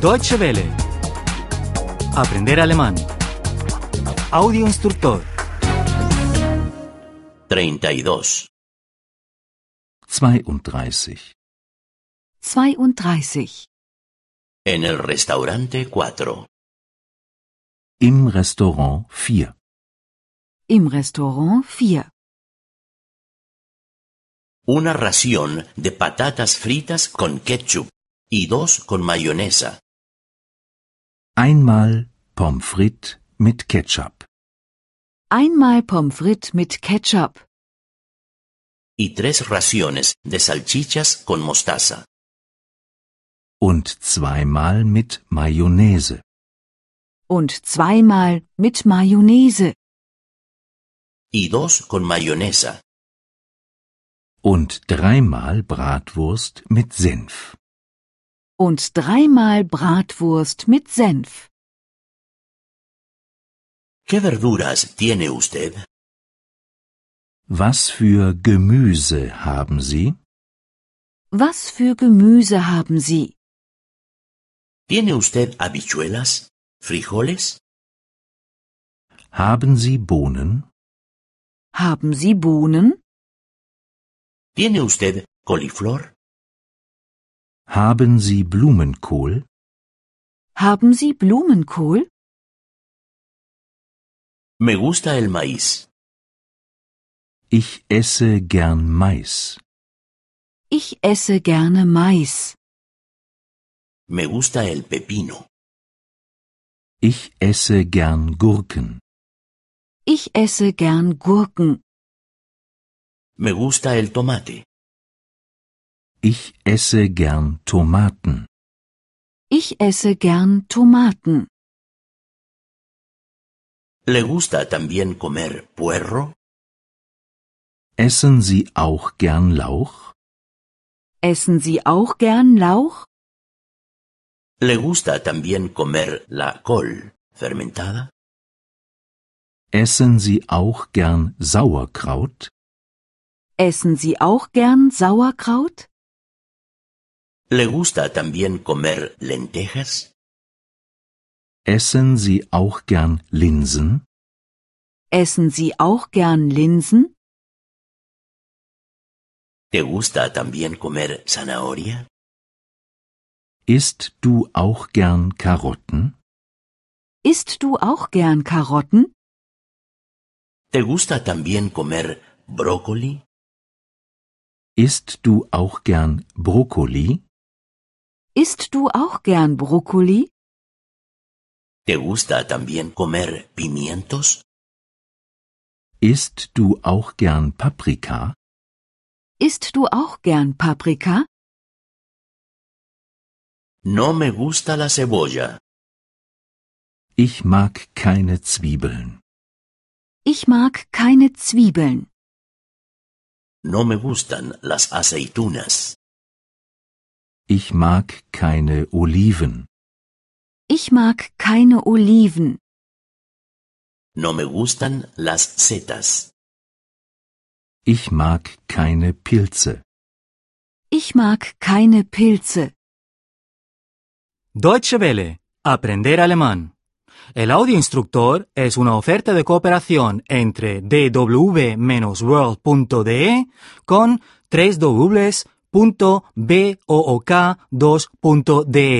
Deutsche Welle. Aprender alemán. Audio instructor 32. 32. 32. En el restaurante 4. Im Restaurant 4. Im Restaurant 4. Una ración de patatas fritas con ketchup y dos con mayonesa. Einmal Pommes frites mit Ketchup Einmal Pommes frites mit Ketchup Y tres raciones de salchichas con mostaza. und zweimal mit Mayonnaise. und zweimal mit Mayonnaise Y dos con mayonesa. Und dreimal Bratwurst mit Senf. und dreimal Bratwurst mit Senf. ¿Qué verduras tiene usted? Was für Gemüse haben Sie? Was für Gemüse haben Sie? ¿Tiene usted habichuelas? ¿Frijoles? Haben Sie Bohnen? Haben Sie Bohnen? ¿Tiene usted coliflor? Haben Sie Blumenkohl? Haben Sie Blumenkohl? Me gusta el maíz. Ich esse gern Mais. Ich esse gerne Mais. Me gusta el pepino. Ich esse gern Gurken. Ich esse gern Gurken. Me gusta el tomate. Ich esse gern Tomaten. Ich esse gern Tomaten. ¿Le gusta también comer puerro? Essen Sie auch gern Lauch? Essen Sie auch gern Lauch? ¿Le gusta también comer la col fermentada? Essen Sie auch gern Sauerkraut? Essen Sie auch gern Sauerkraut? ¿Le gusta también comer lentejas? Essen Sie auch gern Linsen? Essen Sie auch gern Linsen? ¿Te gusta también comer zanahoria? Isst du auch gern Karotten? Isst du auch gern Karotten? ¿Te gusta también comer brócoli? Isst du auch gern Brokkoli? Isst du auch gern Brokkoli? ¿Te gusta también comer pimientos? Isst du auch gern Paprika? Isst du auch gern Paprika? No me gusta la cebolla. Ich mag keine Zwiebeln. Ich mag keine Zwiebeln. No me gustan las aceitunas. Ich mag keine Oliven. Ich mag keine Oliven. No me gustan las setas. Ich mag keine Pilze. Ich mag keine Pilze. Deutsche Welle. Aprender alemán. El audio instructor es una oferta de cooperación entre dw-world.de con 3 2de